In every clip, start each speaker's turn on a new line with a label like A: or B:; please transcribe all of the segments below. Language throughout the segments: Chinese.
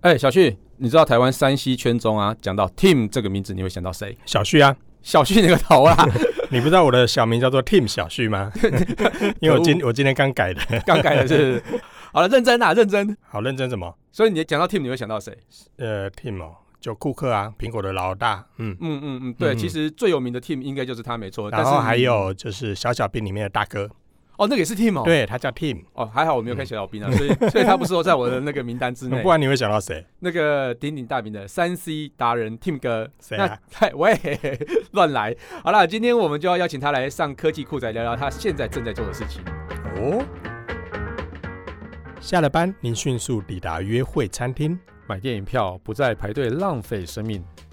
A: 哎、小旭，你知道台湾山西圈中啊，讲到 Tim 这个名字，你会想到谁？
B: 小旭啊，
A: 小旭你个头啊啦！
B: 你不知道我的小名叫做 Tim 小旭吗？ 因为我今我今天刚改的。
A: 刚改的是。好了，认真啦，认真。
B: 好认真什么？
A: 所以你讲到 Tim，你会想到谁？
B: 呃，Tim 哦，就库克啊，苹果的老大。嗯，
A: 嗯嗯嗯，对，
B: 嗯
A: 其实最有名的 Tim 应该就是他，没哦错。但
B: 然
A: 是
B: 后还有就是小小兵里面的大哥，
A: 哦，那个也是 Tim 哦。，
B: 对他叫 Tim。
A: 哦，还好我没有看小小兵啊，所以所以他不是说在我的那个名单之内
B: 不。然你会想到谁？
A: 那个鼎鼎大名的三 C 达人 Tim 哥，
B: 谁啊
A: 那喂，乱来。好啦，今天我们就要邀请他来上科技酷仔，聊聊他现在正在做的事情。
B: 哦。下了班，您迅速抵达约会餐厅，
C: 买电影票不再排队浪费生命，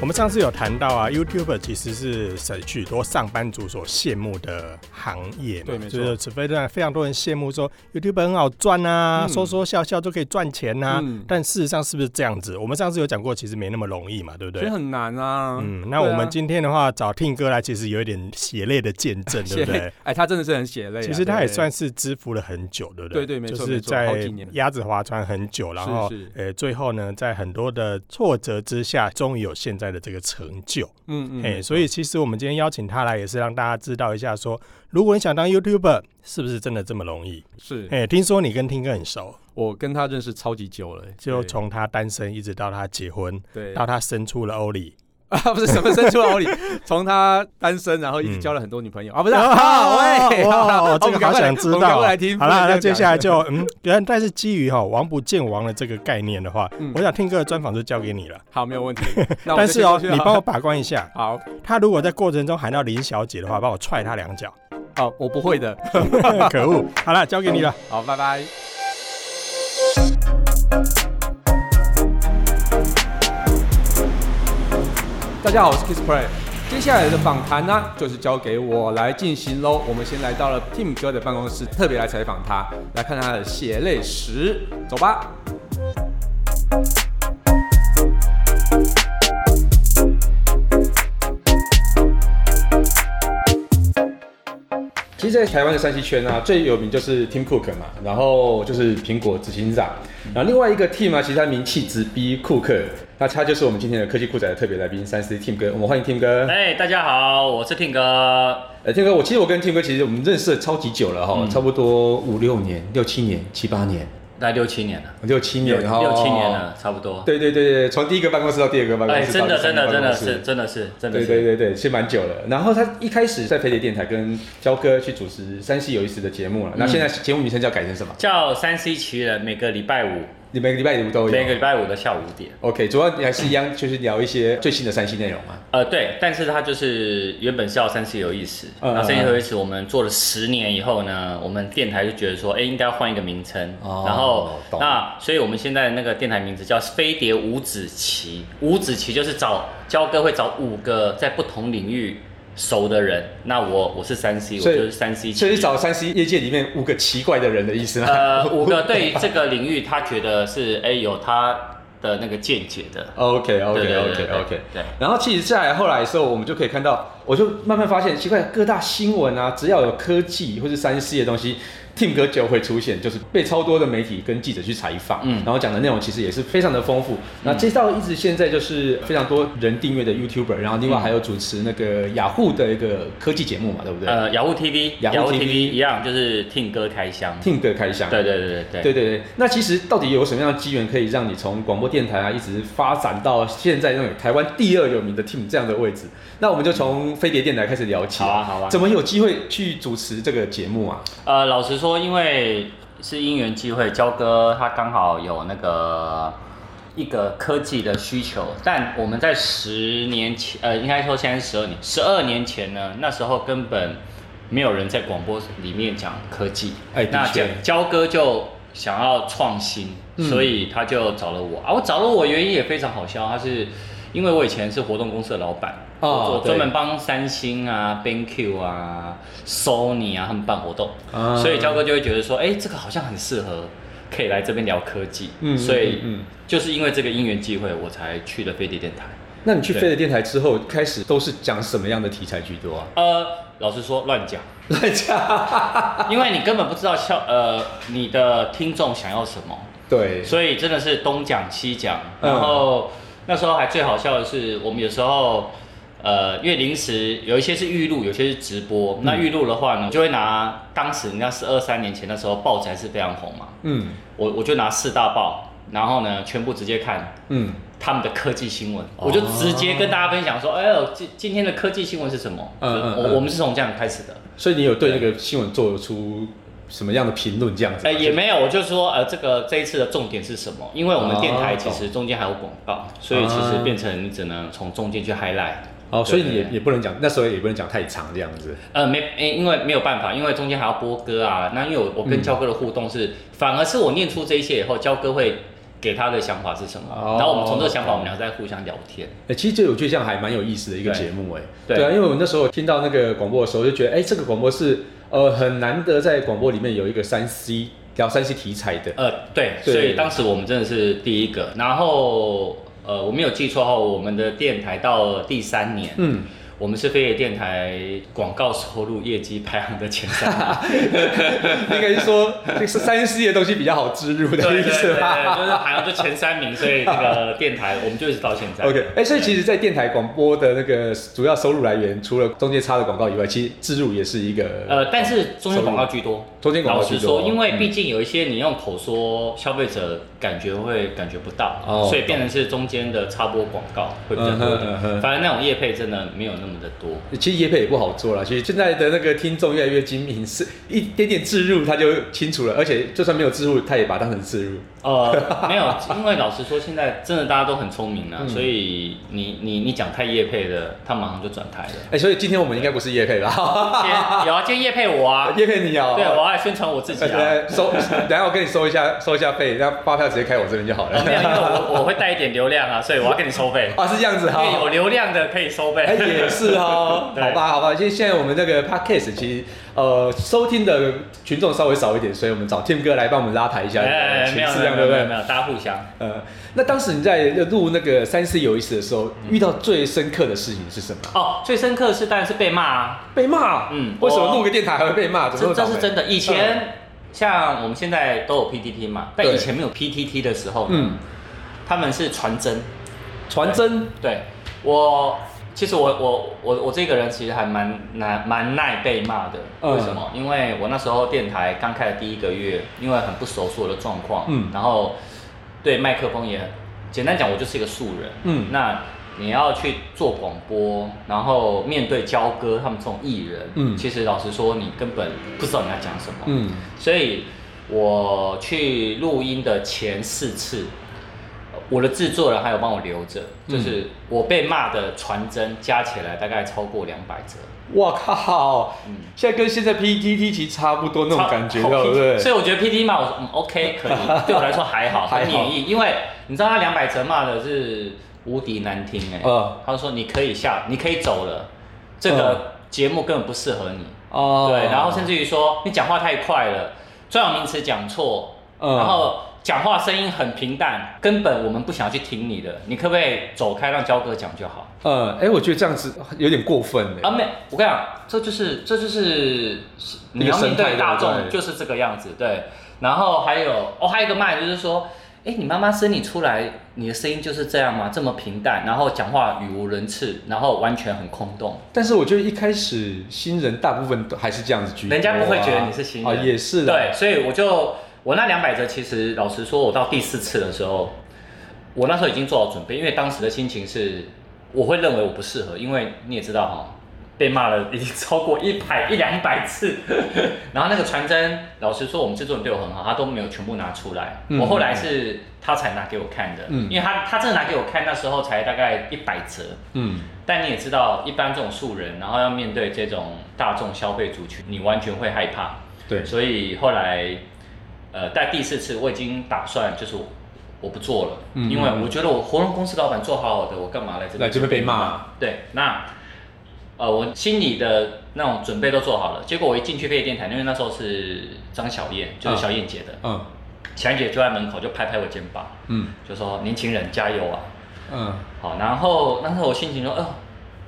B: 我们上次有谈到啊，YouTuber 其实是省许多上班族所羡慕的行业嘛，
A: 对没错
B: 就是除非让非常多人羡慕说 YouTuber 很好赚啊，
A: 嗯
B: 说说笑笑就可以赚钱呐、
A: 嗯
B: 但事实上是不是这样子？我们上次有讲过，其实没那么容易嘛，对不
A: 所以
B: 对？
A: 很难啊。
B: 嗯，那
A: 对
B: 我
A: 啊
B: 们今天的话，找 Tim 哥来，其实有一点血泪的见证，对
A: 血
B: 不
A: 泪
B: 对？，
A: 哎，他真的是很血泪啊。
B: 其实他
A: 对
B: 也
A: 不对
B: 算是支付了很久，对不对？
A: 对对没错
B: 就是
A: 没错好
B: 在
A: 几年
B: 鸭子划船很久，然后
A: 是是
B: 呃，最后呢，在很多的挫折之下，终于有现在的这个成就。
A: 嗯嗯，
B: 哎、所以其实我们今天邀请他来，也是让大家知道一下说如果你想当 YouTuber，是不是真的这么容易？
A: 是
B: 哎、听说你跟听哥很熟，
A: 我跟他认识超级久了，哎
B: 就
A: 对
B: 从他单身一直到他结婚，
A: 对
B: 到他生出了欧里。
A: 啊，不是什么生出老李， 从他单身，然后一直
B: 嗯
A: 交了很多女朋友啊，不是
B: 哦
A: 啊，喂，
B: 哦
A: 好啦
B: 哦
A: 我
B: 这
A: 们
B: 个
A: 赶
B: 好
A: 快来
B: 想知
A: 我们赶
B: 道
A: 快来听。
B: 好啦，那接下来
A: 来
B: 就嗯，但但是基于哈、王不见王的这个概念的话，
A: 嗯
B: 我想听哥的专访就交给你了。
A: 好，没有 问题。那我们
B: 但
A: 就是先
B: 哦
A: 过，去
B: 你
A: 好
B: 帮我把关一下，
A: 好
B: 他如果在过程中喊到林小姐的话，帮我踹他 两脚。
A: 哦，我不会的。
B: 可恶！好了，交给你了。
A: 好，拜拜。大家好，我是 Kiss Play。接下来的访谈呢，就是交给我来进行喽。我们先来到了 Tim 哥的办公室，特别来采访他，来看他的血泪史。走吧。其实，在台湾的山西圈啊，最有名就是 Tim Cook 嘛，然后就是苹果执行长，然后另外一个 Tim 啊，其实他名气直逼库克，那他就是我们今天的科技酷仔的特别来宾三 C Tim 哥，我们欢迎 Tim 哥。
D: 哎、大家好，我是 Tim 哥。
A: 呃，天哥，我其实我跟 Tim 哥其实我们认识了超级久了
D: 嗯
A: 哈，差不多五六年、六七年、七八年、
D: 大概六七年了，
A: 六七
D: 六哦
A: 年，然后
D: 六七年。了，差不多。
A: 对对对对，从第一个办公室到第二个办公室，
D: 哎，真
A: 到
D: 的，
A: 第
D: 真
A: 三个
D: 的，
A: 办
D: 真的
A: 公室
D: 是，。真的是，真的
A: 对
D: 是。
A: 对对对，其实蛮久了。然后他一开始在飞碟电台跟焦哥去主持《山西有意思》的节目了。
D: 嗯
A: 那现在节目名称叫改成什么？
D: 叫三 C 奇人，每个礼拜五，
A: 你每个礼拜五都有。
D: 每个礼拜五的下午五点。
A: OK，主要你还是一样，就是聊一些最新的山西内容嘛。
D: 呃，对，但是它就是原本是叫三 C 有意思，
A: 嗯
D: 那三 C 有意思，我们做了十年以后呢，我们电台就觉得说，哎，应该换一个名称。
A: 哦
D: 然后
A: 懂
D: 那所以我们现在那个电台名字叫飞碟五子棋，五子棋就是找焦哥会找五个在不同领域熟的人，那我我是三 C，我
A: 所以
D: 就是三 C，
A: 所以是找山西业界里面五个奇怪的人的意思吗？
D: 呃，五个对于这个领域，他觉得是哎、有他的那个见解的。
A: OK OK
D: 对对对
A: OK
D: 对
A: OK，
D: 对
A: 然后其实再来后来的时候，我们就可以看到，我就慢慢发现，奇怪，各大新闻啊，只要有科技或是三 C 的东西，Tim 哥就会出现，就是被超多的媒体跟记者去采访，
D: 嗯
A: 然后讲的内容其实也是非常的丰富。那这到一直现在就是非常多人订阅的 YouTuber，然后另外还有主持那个雅虎的一个科技节目嘛，对不对、
D: 呃，雅虎 TV，
A: 雅虎 TV
D: 一样就是听歌开箱。
A: t i m 哥开箱。
D: 对对对对
A: 对对对，那其实到底有什么样的机缘可以让你从广播电台啊，一直发展到现在那种台湾第二有名的 team 这样的位置？那我们就从飞碟电台开始聊起。
D: 好啊好啊
A: 怎么有机会去主持这个节目啊？
D: 呃，老实说，因为是因缘机会，焦哥他刚好有那个一个科技的需求，但我们在十年前，呃，应该说现在十二年，十二年前呢，那时候根本没有人在广播里面讲科技，
A: 哎的
D: 那
A: 确
D: 焦焦哥就想要创新，
A: 嗯
D: 所以他就找了我啊，我找了我原因也非常好笑，他是因为我以前是活动公司的老板，
A: 哦
D: 我专门
A: 对
D: 帮三星啊、BenQ 啊、Sony 啊他们办活动，
A: 啊
D: 所以焦哥就会觉得说，哎、这个好像很适合，可以来这边聊科技。
A: 嗯
D: 所以
A: 嗯嗯
D: 就是因为这个因缘机会，我才去了飞碟电台。
A: 那你去
D: 对
A: 飞的电台之后，开始都是讲什么样的题材居多啊？
D: 呃，老实说，乱讲，
A: 乱讲。
D: 因为你根本不知道笑呃你的听众想要什么，
A: 对，
D: 所以真的是东讲西讲。
A: 嗯
D: 然后、那时候还最好笑的是，我们有时候呃，因为临时有一些是预录，有些是直播。
A: 嗯
D: 那预录的话呢，就会拿当时人家是二三年前那时候报纸还是非常红嘛，
A: 嗯
D: 我我就拿四大报，然后呢全部直接看。
A: 嗯，
D: 他们的科技新闻，我就直接跟大家分享说，哎呦，今今天的科技新闻是什么？
A: 嗯嗯嗯
D: 我我们是从这样开始的。
A: 所以你有对那个新闻做出什么样的评论这样子吗？
D: 哎、也没有，我就说，呃，这个这一次的重点是什么？因为我们电台
A: 哦嗯
D: 其实中间还有广告，所以其实变成你只能从中间去 highlight。
A: 哦，所以你也
D: 对
A: 也不能讲，那时候也不能讲太长这样子。
D: 呃，没，哎因为没有办法，因为中间还要播歌啊。那因为我我
A: 嗯
D: 跟焦哥的互动是，反而是我念出这一些以后，焦哥会给他的想法是什么，
A: 哦
D: 然后我们从这个想法，我们俩在互相聊天。
A: 哎、其实这我觉得这样还蛮有意思的一个
D: 对
A: 节目哎、
D: 对
A: 啊，因为我那时候听到那个广播的时候，就觉得哎、这个广播是呃很难得在广播里面有一个三 C 聊三 C 题材的。
D: 呃，对，
A: 对
D: 所以当时我们真的是第一个，然后呃，我没有记错的话，我们的电台到第三年，
A: 嗯，
D: 我们是飞碟电台广告收入业绩排行的前三 名，
A: 应该是说这个三 C 的东西比较好植入的意思吧。
D: 就是排行就前三名，所以这个电台我们就一直到现在。
A: OK，哎、所以其实，在电台广播的那个主要收入来源，除了中间插的广告以外，其实植入也是一个
D: 呃，但是中间广告居多，
A: 中间广告
D: 老
A: 居
D: 实
A: 多嗯
D: 说，因为毕竟有一些你用口说，消费者感觉会感觉不到，
A: 哦
D: 所以变成是中间的插播广告会比较多
A: 嗯哼嗯
D: 一
A: 哼
D: 点，反而那种业配真的没有那么的多。
A: 其实叶配也不好做了，其实现在的那个听众越来越精明，是一点点置入他就清楚了，而且就算没有置入，他也把它当成置入。
D: 呃，没有， 因为老实说，现在真的大家都很聪明
A: 嗯
D: 啊，所以你你你讲太业配的，他马上就转 台了。
A: 哎、所以今天我们应该不是叶配吧？
D: 今天有啊，今天业配我啊，
A: 叶配你哦、
D: 对，我要宣传我 自己啊。
A: 呃收，等一下我跟你收一下，收一下费，然后发票直接开我这边就好
D: 哦没有，因为
A: 了。。
D: 我我会带一点流量啊，所以我要跟你收费
A: 啊，是这样子
D: 因
A: 哈、
D: 为有流量的可以收费
A: 哎、。也是哦，
D: 对
A: 好吧，好吧，因为现在我们那个 podcast 其实呃收听的群众稍微少一点，所以我们找 Tim 哥来帮我们拉抬一下呃
D: 哎，
A: 群
D: 没有
A: 质
D: 没有
A: 量，对
D: 没有
A: 不
D: 没有
A: 对
D: 没？有，大家互相。
A: 呃，那当时你在录那个三四有意思的时候，遇到最深刻的事情是什么？
D: 哦，最深刻的是当然是被骂啊。
A: 被骂，
D: 嗯
A: 为什么
D: 我
A: 录个电台啊还会被骂？怎么
D: 这
A: 么倒霉嗯
D: 这是真的。以前像我们现在都有 PTT 嘛，但
A: 对
D: 以前没有 PTT 的时候，
A: 嗯
D: 嗯，他们是传真。
A: 传真，
D: 对我，其实我我我我这个人其实还蛮难蛮耐被骂的。
A: 嗯
D: 为什么？因为我那时候电台刚开的第一个月，因为很不熟所有的状况，
A: 嗯
D: 然后对麦克风也很简单讲，我就是一个素人，
A: 嗯
D: 那。你要去做广播，然后面对焦哥他们这种艺人，
A: 嗯
D: 其实老实说，你根本不知道你要讲什么，
A: 嗯，
D: 所以我去录音的前四次，我的制作人还有帮我留着，
A: 嗯
D: 就是我被骂的传真加起来大概超过两百折，
A: 我靠
D: 嗯，
A: 现在跟现在 PTT 其实差不多那种
D: 超
A: 感觉，
D: 好
A: 对不对？
D: 所以我觉得 P D 骂我嗯 OK 可以，对我来说还好，
A: 还
D: 很
A: 好
D: 免疫，因为你知道他两百折骂的是无敌难听哎、
A: 嗯
D: 他说你可以下，你可以走了，这
A: 呃
D: 个节目根本不适合你。
A: 哦
D: 对，然后甚至于说你讲话太快了，专有名词讲错，
A: 嗯
D: 然后讲话声音很平淡，根本我们不想要去听你的，你可不可以走开让焦哥讲就好？
A: 呃，哎、我觉得这样子有点过分了。
D: 啊，没，我跟你讲，这就是这就是是
A: 一个
D: 你要面
A: 生态
D: 对大
A: 对不
D: 众
A: 对
D: 就是这个样子，对。然后还有哦，还有一个骂就是说，哎，你妈妈生你出来，你的声音就是这样吗？这么平淡，然后讲话语无伦次，然后完全很空洞。
A: 但是我觉得一开始新人大部分都还是这样子居多啊、
D: 人家不会觉得你是新人，
A: 啊，也是啦
D: 对，，所以我就我那两百折，其实老实说，我到第四次的时候，我那时候已经做好准备，因为当时的心情是，我会认为我不适合，因为你也知道哈，被骂了已经超过一百一两百次， 然后那个传真，老实说，我们制作人对我很好，他都没有全部拿出来，
A: 嗯
D: 我后来是他才拿给我看的，
A: 嗯
D: 因为他他真的拿给我看，那时候才大概一百折，
A: 嗯，
D: 但你也知道，一般这种素人，然后要面对这种大众消费族群，你完全会害怕。
A: 对，
D: 所以后来，呃，在第四次我已经打算就是我我不做了，
A: 嗯
D: 因为我觉得我活动公司老板做好好的，我干嘛来这边
A: 来这边被骂？
D: 对，那呃，我心里的那种准备都做好了，结果我一进去飞碟电台，因为那时候是张小燕，就是
A: 嗯
D: 小燕姐的，
A: 嗯
D: 小燕姐就在门口就拍拍我肩膀，
A: 嗯
D: 就说年轻人加油啊！
A: 嗯
D: 好，然后那时候我心情说，哦、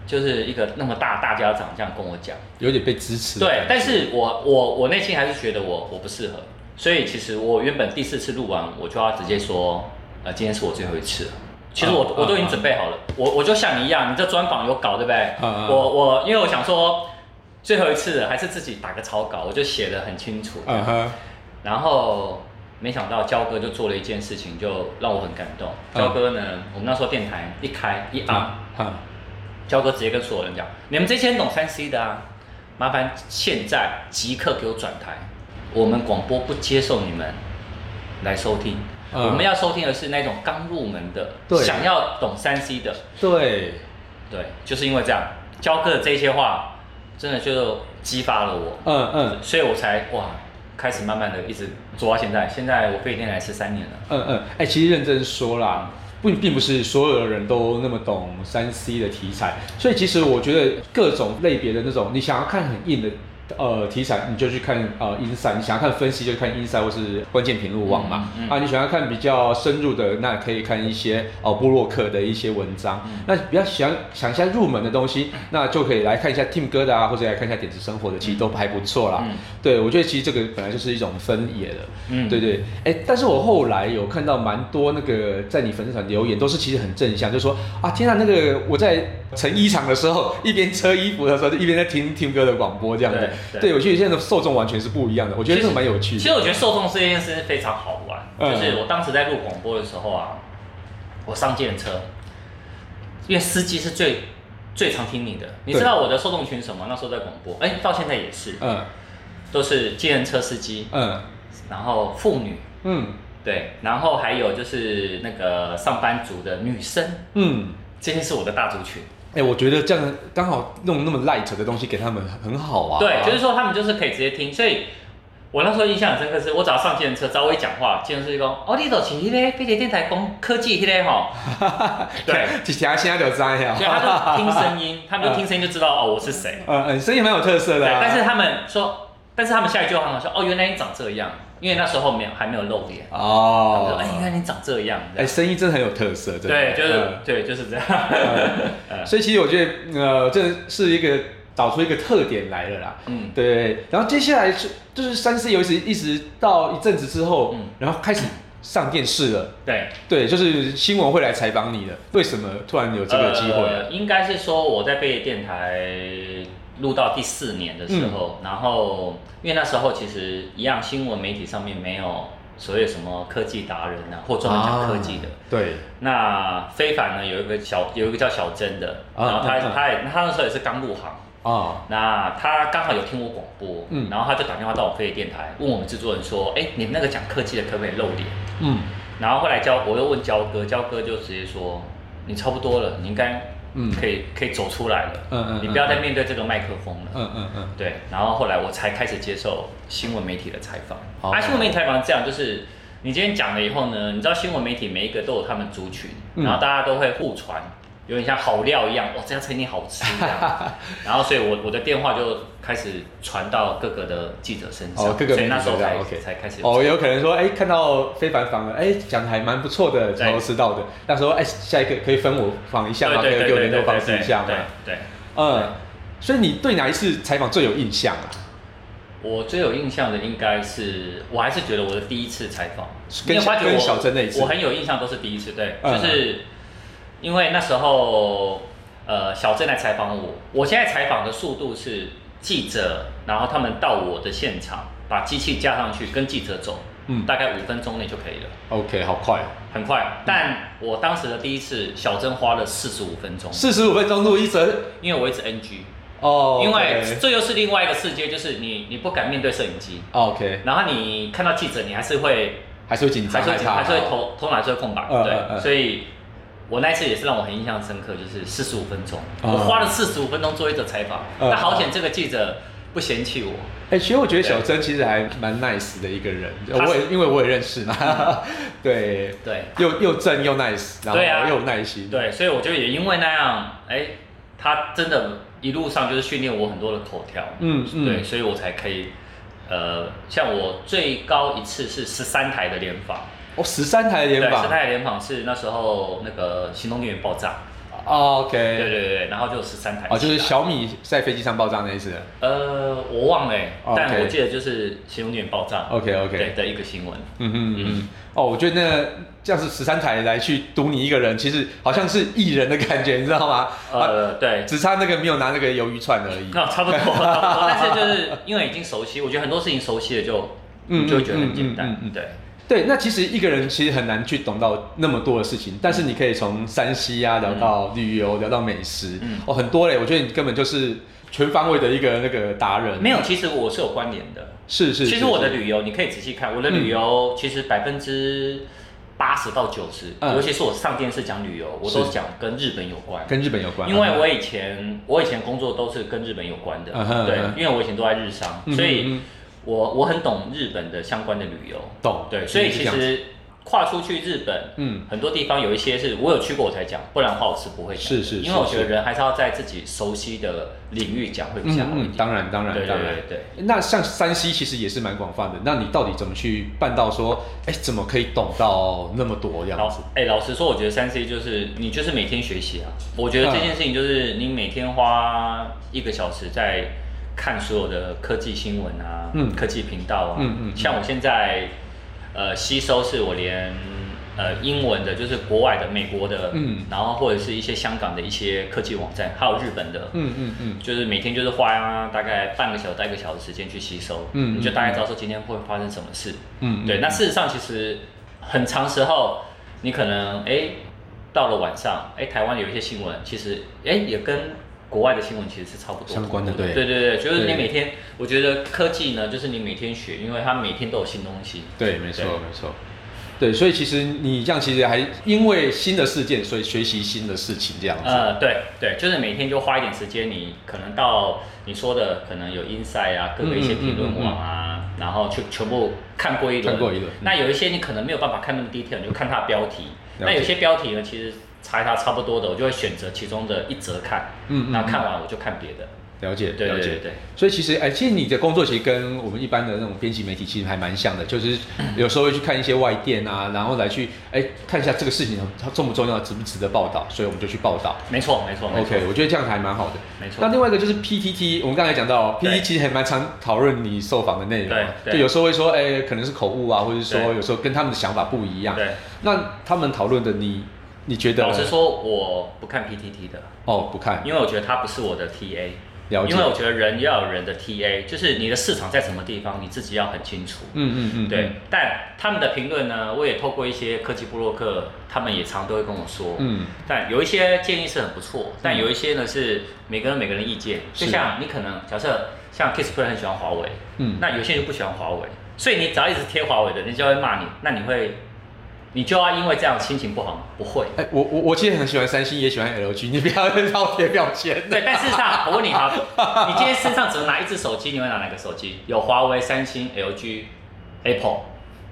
D: 就是一个那么大大家长这样跟我讲，
A: 有点被支持的感觉。，
D: 对但是我我我内心还是觉得我我不适合，所以其实我原本第四次录完，我就要直接说，呃，今天是我最后一次了。其实我、
A: 啊
D: 我都
A: 啊
D: 已经
A: 啊
D: 准备好了，我我就像你一样，你这专访有稿对不对？
A: 啊啊
D: 我我因为我想说最后一次了，还是自己打个草稿，我就写的很清楚。
A: 嗯哼，
D: 然后没想到焦哥就做了一件事情，就让我很感动。
A: 嗯
D: 焦哥呢，我们那时候电台一开一按，
A: 啊哈，
D: 焦哥直接跟所有人讲：“你们这些懂三 C 的啊，麻烦现在即刻给我转台，我们广播不接受你们来收听。
A: 嗯
D: 我们要收听的是那种刚入门的，
A: 对
D: 想要懂三 C 的。
A: 对，
D: 对，就是因为这样，焦哥的这些话，真的就激发了我，
A: 嗯嗯
D: 所以我才哇，开始慢慢的一直做到现在。现在我飞电台是三年了。”
A: 嗯嗯，哎、其实认真说啦，不并不是所有的人都那么懂三 C 的题材，所以其实我觉得各种类别的那种，你想要看很硬的。呃，题材你就去看呃 inside，你想要看分析就看 inside 或是关键评论网嘛。
D: 嗯嗯
A: 啊，你想要看比较深入的，那可以看一些哦布洛克的一些文章。
D: 嗯
A: 那比较想想一下入门的东西，那就可以来看一下 Tim 哥的啊，或者来看一下点子生活的，其实都还不错啦。
D: 嗯
A: 对，我觉得其实这个本来就是一种分野的。
D: 嗯
A: 对对，哎、但是我后来有看到蛮多那个在你粉丝团留言，都是其实很正向，就说啊，天啊，那个我在成衣厂的时候， 一边车衣服的时候，就一边在听听歌的广播这样子。
D: 对对
A: 我觉得现在的受众完全是不一样的，我觉得这个蛮有趣
D: 其
A: 的。
D: 实我觉得受众这件事非常好玩，
A: 嗯
D: 就是我当时在录广播的时候啊，我上电车，因为司机是最最常听你的。你知道我的受众群什么？那时候在广播，哎、到现在也是，
A: 嗯
D: 都是计程车司机，
A: 嗯
D: 然后妇女，
A: 嗯
D: 对，然后还有就是那个上班族的女生，
A: 嗯，
D: 这些是我的大族群。
A: 哎、我觉得这样刚好弄那么 light 的东西给他们很好啊。
D: 对， 就是说他们就是可以直接听，所以。我那时候印象很深刻是，我只要上计程车，只要我一讲话，计程哦车就说：“哦，你走去那个飞碟电台讲科技那个 吼。”对，
A: 其实现在就知道
D: 所以
A: 呀。
D: 他就听声音，他们就听声音就知道哦我是谁。
A: 嗯嗯，声音蛮有特色
D: 对，
A: 的、啊。
D: 但是他们说，但是他们下一句话很好笑哦，原来你长这样，因为那时候没有还没有露脸，他们
A: 哦
D: 说，哎，原来你长这样，
A: 哎、声音真的很有特色，真的。
D: 对，就是
A: 嗯
D: 对，就是这样。
A: 所以其实我觉得，呃，这是一个找出一个特点来了啦。
D: 嗯，
A: 对，然后接下来是就是三 C 游戏一直到一阵子之后，
D: 嗯
A: 然后开始上电视了。
D: 对，
A: 对，就是新闻会来采访你了。为什么突然有这个机会？啊
D: 呃应该是说我在贝电台录到第四年的时
A: 嗯
D: 候，然后因为那时候其实一样新闻媒体上面没有所谓什么科技达人啊，或专门讲科技的。
A: 对，
D: 那非凡呢有一个小有一个叫小珍的，
A: 啊
D: 然后他、
A: 嗯嗯
D: 他也他那时候也是刚入行，
A: 哦，
D: 那他刚好有听我广播，
A: 嗯
D: 然后他就打电话到我飞碟电台，问我们制作人说，哎、你们那个讲科技的可不可以露脸？
A: 嗯
D: 然后后来焦我又问焦哥，焦哥就直接说，你差不多了，你应该
A: 嗯
D: 可以、可以走出来了，
A: 嗯嗯嗯
D: 你不要再面对这个麦克风了。
A: 嗯嗯嗯，
D: 对，然后后来我才开始接受新闻媒体的采访。
A: 哦
D: 啊，新闻媒体采访是这样，就是你今天讲了以后呢，你知道新闻媒体每一个都有他们族群，
A: 嗯
D: 然后大家都会互传，有点像好料一样，哦哇，这家餐厅好吃这 样。然后，所以我我的电话就开始传到各个的记者身上，
A: 哦，各个
D: 所
A: 媒
D: 以
A: 体
D: 那时候
A: 都这
D: 才、
A: 样 OK
D: 才开始有
A: 哦，有可能说，哎、看到非凡访了，哎、讲的还蛮不错的，
D: 对
A: 然后知道的。那时候，哎、下一个可以分我访一下吗？可以给我联络方式一下吗？
D: 对对，
A: 嗯，所以你对哪一次采访最有印象啊？
D: 我最有印象的应该是，我还是觉得我的第一次采访，
A: 跟
D: 你有发觉
A: 跟
D: 我
A: 小珍那一次
D: 我很有印象，都是第一次，对，
A: 嗯
D: 就是因为那时候呃小珍来采访我，我现在采访的速度是记者，然后他们到我的现场，把机器架上去，跟记者走，
A: 嗯
D: 大概五分钟内就可以了，
A: OK，好快、哦，
D: 很快。但我当时的第一次，小珍花了四十五分钟，
A: 四十五分钟录一则
D: 因为我一直 NG，
A: 哦，
D: 因为这又是另外一个世界，就是你你不敢面对摄影机。
A: 哦 OK，
D: 然后你看到记者，你还是会
A: 还是会紧
D: 还
A: 张，
D: 是会
A: 怕哦
D: 还是会头头脑还是会空白，
A: 嗯嗯
D: 对，
A: 嗯
D: 所以我那一次也是让我很印象深刻，就是四十五分钟，
A: 嗯
D: 我花了四十五分钟做一则采访，
A: 嗯
D: 那好险这个记者不嫌弃我。
A: 哎、其实我觉得小珍其实还蛮 nice 的一个人，
D: 她是
A: 我也因为我也认识嘛， 对，
D: 对
A: 又又正又 nice，然后
D: 嗯对啊
A: 又有耐心，
D: 对，所以我觉得也因为那样，哎、他真的一路上就是训练我很多的口条，
A: 嗯嗯
D: 对，所以我才可以，呃，像我最高一次是十三台的联访，
A: 哦，十三台的
D: 对，
A: 联
D: 十三
A: 榜
D: 台联访是那时候那个行动电源爆炸，对对
A: 哦，OK，
D: 对对，然后就十三台，
A: 哎哦，就是小米在飞机上爆炸那一次
D: 呃，我忘了、欸
A: 哦 OK
D: 但我记得就是行动电源爆炸
A: ，OK OK，
D: 对的一个新闻，
A: 嗯哼嗯
D: 嗯
A: 嗯，哦，我觉得那这样子十三台来去赌你一个人，其实好像是艺人的感觉，你知道吗？啊，
D: 呃，哦对，
A: 只差那个没有拿那个鱿鱼串而 已。
D: 那、差不多，差不多但是就是因为已经熟悉，我觉得很多事情熟悉了就，
A: 嗯
D: 你就会觉得很简单，
A: 嗯嗯嗯嗯
D: 对。
A: 对，那其实一个人其实很难去懂到那么多的事情，但是你可以从山西啊聊到旅游，聊到美食，
D: 嗯
A: 哦，很多嘞。我觉得你根本就是全方位的一个那个达人。
D: 没有，其实我是有关联的。
A: 是是，
D: 其
A: 是
D: 实我的
A: 是
D: 旅游，你可以仔细看，我的旅游其实百分之八十到九十、
A: 嗯
D: 尤其是我上电视讲旅游，我都
A: 是
D: 讲跟日本有关。
A: 跟日本有关，啊
D: 因为我以前我以前工作都是跟日本有关的，
A: 嗯哼
D: 对
A: 嗯，哼
D: 因为我以前都在日商，
A: 嗯哼
D: 所
A: 嗯
D: 以
A: 哼
D: 我我很懂日本的相关的旅游。
A: 懂，
D: 对，所以
A: 是这
D: 其
A: 样子
D: 实跨出去日本，
A: 嗯
D: 很多地方有一些是我有去过我才讲，不然的话我是不会讲的。
A: 是是是
D: 因为我觉得
A: 是
D: 人还是要在自己熟悉的领域讲会比较
A: 嗯
D: 好一
A: 嗯，
D: 点。
A: 当然当然
D: 对对
A: 当然
D: 对。对。
A: 那像山西其实也是蛮广泛的，那你到底怎么去办到说，哎，怎么可以懂到那么多这样
D: 老
A: 子？
D: 哎、老实说，我觉得三 C 就是你就是每天学习啊。我觉得这件
A: 嗯
D: 事情就是你每天花一个小时在看所有的科技新闻啊，
A: 嗯
D: 科技频道啊，
A: 嗯嗯嗯
D: 像我现在呃吸收是我连呃英文的，就是国外的、美国的，
A: 嗯
D: 然后或者是一些香港的一些科技网站，还有日本的，
A: 嗯嗯嗯，
D: 就是每天就是花、大概半个小时到一个小时时间去吸收，
A: 嗯
D: 你就大概知道说今天会发生什么事，
A: 嗯
D: 对。
A: 嗯
D: 那事实上其实很长时候，你可能哎、到了晚上，哎、台湾有一些新闻，其实哎、也跟国外的新闻其实是差不多
A: 相关的
D: 对
A: 对
D: 对对，就是你
A: 对
D: 每天，我觉得科技呢，就是你每天学，因为它每天都有新东西，
A: 对，没错
D: 对
A: 没错。对，所以其实你这样其实还因为新的事件，所以学习新的事情这样子。
D: 呃，对对，就是每天就花一点时间，你可能到你说的可能有 inside 啊，各个一些评论网
A: 嗯
D: 啊，然后去全部看过一轮，
A: 看过一轮
D: 那有一些你可能没有办法看那么 detail，你就看它的标题。
A: 了解
D: 那有些标题呢，其实查一查差不多的，我就会选择其中的一则看，
A: 嗯嗯
D: 那看完我就看别的。
A: 了解，
D: 对
A: 了解，
D: 对对对
A: 所以其实，哎、其实你的工作其实跟我们一般的那种编辑媒体其实还蛮像的，就是有时候会去看一些外电啊，然后来去，哎、看一下这个事情它重不重要，值不值得报道，所以我们就去报道。
D: 没错，没错，没错
A: OK，我觉得这样还蛮好的。
D: 没错
A: 那另外一个就是 PTT，我们刚才讲到
D: 对
A: PTT 其实还蛮常讨论你受访的内容嘛，
D: 对对
A: 就有时候会说，哎、可能是口误啊，或者是说
D: 对
A: 有时候跟他们的想法不一样。
D: 对，
A: 那他们讨论的你，你觉得？
D: 老实，说，我不看 PTT 的，
A: 哦，不看，
D: 因为我觉得它不是我的 TA。
A: 了解。
D: 因为我觉得人要有人的 TA，就是你的市场在什么地方，你自己要很清楚。
A: 嗯嗯嗯，
D: 对，但他们的评论呢，我也透过一些科技部落客，他们也常都会跟我说，
A: 嗯，
D: 但有一些建议是很不错，但有一些呢是每个人每个人的意见，就是像你可能假设像 Kissplay 很喜欢华为，
A: 嗯
D: 那有些人就不喜欢华为，所以你只要一直贴华为的，人家会骂你，那你会，你就要因为这样心情不好吗，不会。
A: 哎、我我我其实很喜欢三星，也喜欢 LG，你不要再让我贴标签。
D: 对，但事实上，我问你哈，你今天身上只能拿一只手机，你会拿哪个手机？有华为、三星、LG、Apple，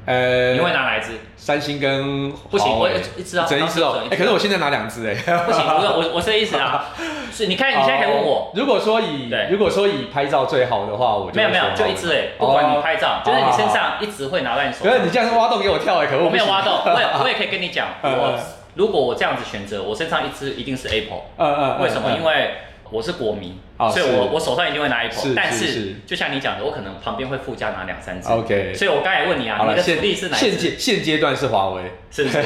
A: 呃，
D: 你会拿哪一只？
A: 三星跟
D: 不行
A: 华为
D: 我一只啊
A: 只能一只哦、
D: 只能一只
A: 哎、可是我现在拿两只哎。
D: 不行，不是我，我是这意思啊。 是，你看你现在可以问
A: 哦
D: 我，
A: 如果说以
D: 对
A: 如果说以拍照最好的话，我就
D: 没有没有，
A: 会选
D: 就
A: 华为
D: 一只哎、不管你拍照，就是你身。
A: 哦
D: 上一直会拿在你手
A: 可
D: 上。
A: 是你这样挖洞给我跳哎、可恶！
D: 我没有挖
A: 不行。
D: 洞，我也我也可以跟你讲，
A: 嗯
D: 我
A: 嗯
D: 如果我这样子选择，我身上一只一定是 Apple，
A: 嗯嗯嗯
D: 为什么？
A: 嗯
D: 因为我是国民，
A: 哦
D: 所以我
A: 是
D: 我手上一定会拿 Apple，
A: 是
D: 但
A: 是是
D: 是就像你讲的，我可能旁边会附加拿两三只。
A: OK
D: 所以我刚才问你啊，
A: 好
D: 你
A: 了，
D: 的福利
A: 现
D: 是哪一
A: 现
D: 只？
A: 阶现阶段是华为，
D: 是不是？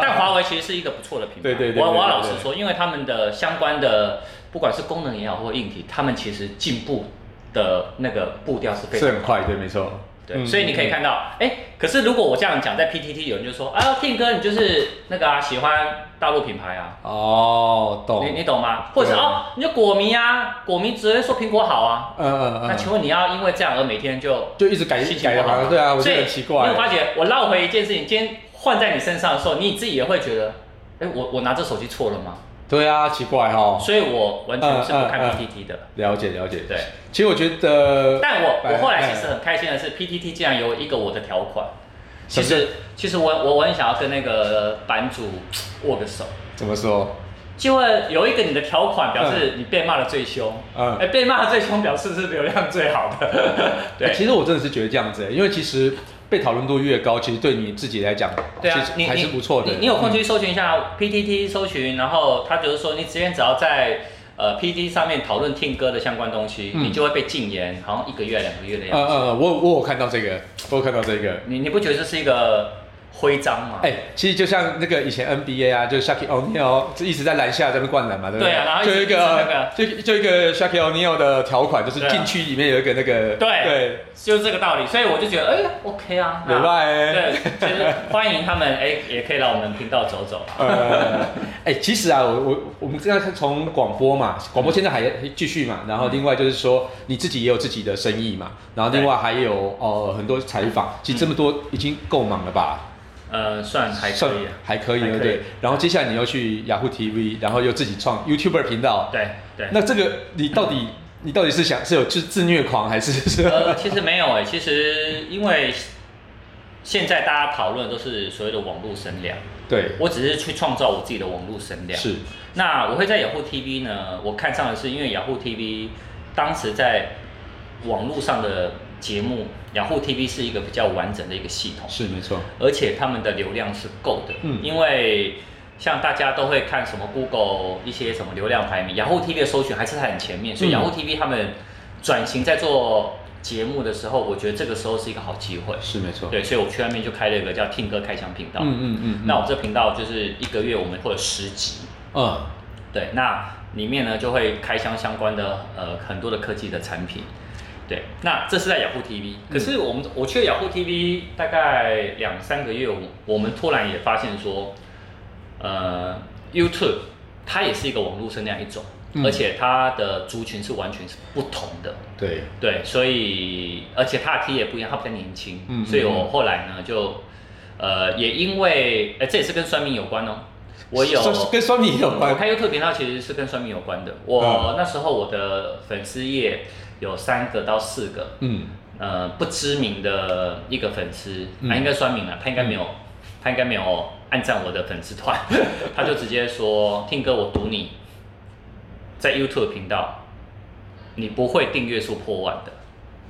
D: 但华为其实是一个不错的品牌。
A: 对对对
D: 我我要
A: 对对
D: 老实
A: 对
D: 说，因为他们的相关的不管是功能也好或硬体，他们其实进步的那个步调是非
A: 是
D: 常
A: 很快，对，没错。
D: 对，
A: 嗯
D: 所以你可以看到，哎、可是如果我这样讲，在 PTT 有人就说，啊，听哥你就是那个啊，喜欢大陆品牌啊，
A: 哦，懂。
D: 你
A: 嗯
D: 你懂吗？或者是
A: 对
D: 哦，你就果迷啊，果迷只会说苹果好啊，
A: 嗯
D: 那
A: 嗯
D: 请问你要因为这样而每天就
A: 就一直改
D: 心情
A: 改的，
D: 不好
A: 好像对啊，我
D: 所
A: 觉
D: 以
A: 得很奇怪
D: 你有。发觉，我绕回一件事情，今天换在你身上的时候，你自己也会觉得，哎、我我拿这手机错了吗？
A: 对啊，奇怪哦。
D: 所以我完全是不看
A: 嗯嗯嗯
D: PTT 的。
A: 了解了解，
D: 对。
A: 其实我觉得，
D: 但我我后来其实
A: 哎
D: 很开心的是，PTT 竟然有一个我的条款。其
A: 什么
D: 实其实我我我很想要跟那个版主握个手，
A: 怎么说？
D: 就会有一个你的条款表示你被骂的最凶，
A: 嗯
D: 哎，被骂的最凶表示是流量最好的，
A: 哎
D: 对，
A: 其实我真的是觉得这样子、欸因为其实被讨论度越高，其实对你自己来讲，
D: 对啊
A: 其，
D: 你
A: 实还是
D: 你
A: 不错的。嗯
D: 你你有空去搜寻一下 PTT 搜寻，然后他就是说，你之前只要在呃 PTT 上面讨论听歌的相关东西，
A: 嗯
D: 你就会被禁言，好像一个月两个月的样
A: 呃
D: 子。
A: 呃，我我有看到这个，我有看到这个。
D: 你你不觉得这是一个徽章吗？
A: 哎、其实就像那个以前 NBA 啊，就是 Shaquille O'Neal 就一直在篮下这边灌篮嘛，对不对？
D: 对啊然后一直
A: 就有一个就就一个 Shaquille O'Neal 的条款，就是
D: 对啊
A: 禁区里面有一个那个
D: 对就是这个道理，所以我就觉得，哎、o k 啊，
A: 对，礼
D: 那
A: 拜、欸、
D: 对，就是欢迎他们，哎、也可以来我们频道走走啊。
A: 呃，哎、其实啊，我我我们现在从广播嘛，广播现在还继续嘛，然
D: 嗯
A: 后另外就是说你自己也有自己的生意嘛，然后另外还有呃很多采访，其实这么多已经够忙了吧？
D: 呃，算还可
A: 算
D: 以啊，
A: 还可以，
D: 还
A: 对
D: 可以
A: 不对？然后接下来你又去雅虎 TV，然后又自己创 YouTuber 频道，
D: 对对。
A: 那这个你到 底你到底是想是有自自虐狂还是 是？
D: 呃，其实没有哎、其实因为现在大家讨论的都是所谓的网络声量，
A: 对，
D: 我只是去创造我自己的网络声量。
A: 是，
D: 那我会在雅虎 TV 呢，我看上的是因为雅虎 TV 当时在网络上的节目，雅虎 TV 是一个比较完整的一个系统，
A: 是没错，
D: 而且他们的流量是够的，
A: 嗯
D: 因为。像大家都会看什么 Google 一些什么流量排名，雅虎 TV 的搜寻还是很前面，所以
A: 嗯
D: 雅虎 TV 他们转型在做节目的时候，我觉得这个时候是一个好机会。
A: 是没错，
D: 对，所以我去外面就开了一个叫“听歌开箱”频道。
A: 嗯嗯嗯，
D: 那我这频道就是一个月我们会有十集，
A: 嗯
D: 对，那里面呢就会开箱相关的呃很多的科技的产品，对，那这是在雅虎 TV，可是我们、我去了雅虎 TV 大概两三个月，我我们突然也发现说，呃，YouTube 它也是一个网络声量一种，
A: 嗯
D: 而且它的族群是完全是不同的，
A: 对，
D: 对，所以而且他的 T 也不一样，他比较年轻，
A: 嗯
D: 所以
A: 嗯
D: 我
A: 嗯
D: 后来呢就，呃，也因为，哎、这也是跟酸民有关哦，我有
A: 算是跟酸米有
D: 我
A: 关，
D: 开 YouTube 频道其实是跟酸民有关的，我
A: 嗯
D: 那时候我的粉丝页有三个到四个，
A: 嗯
D: 呃，不知名的一个粉丝，
A: 嗯
D: 啊，应该酸民了，他应该没有，他应该没有按赞我的粉丝 团，他就直接说，听哥我赌你，在 YouTube 频道，你不会订阅数破万的。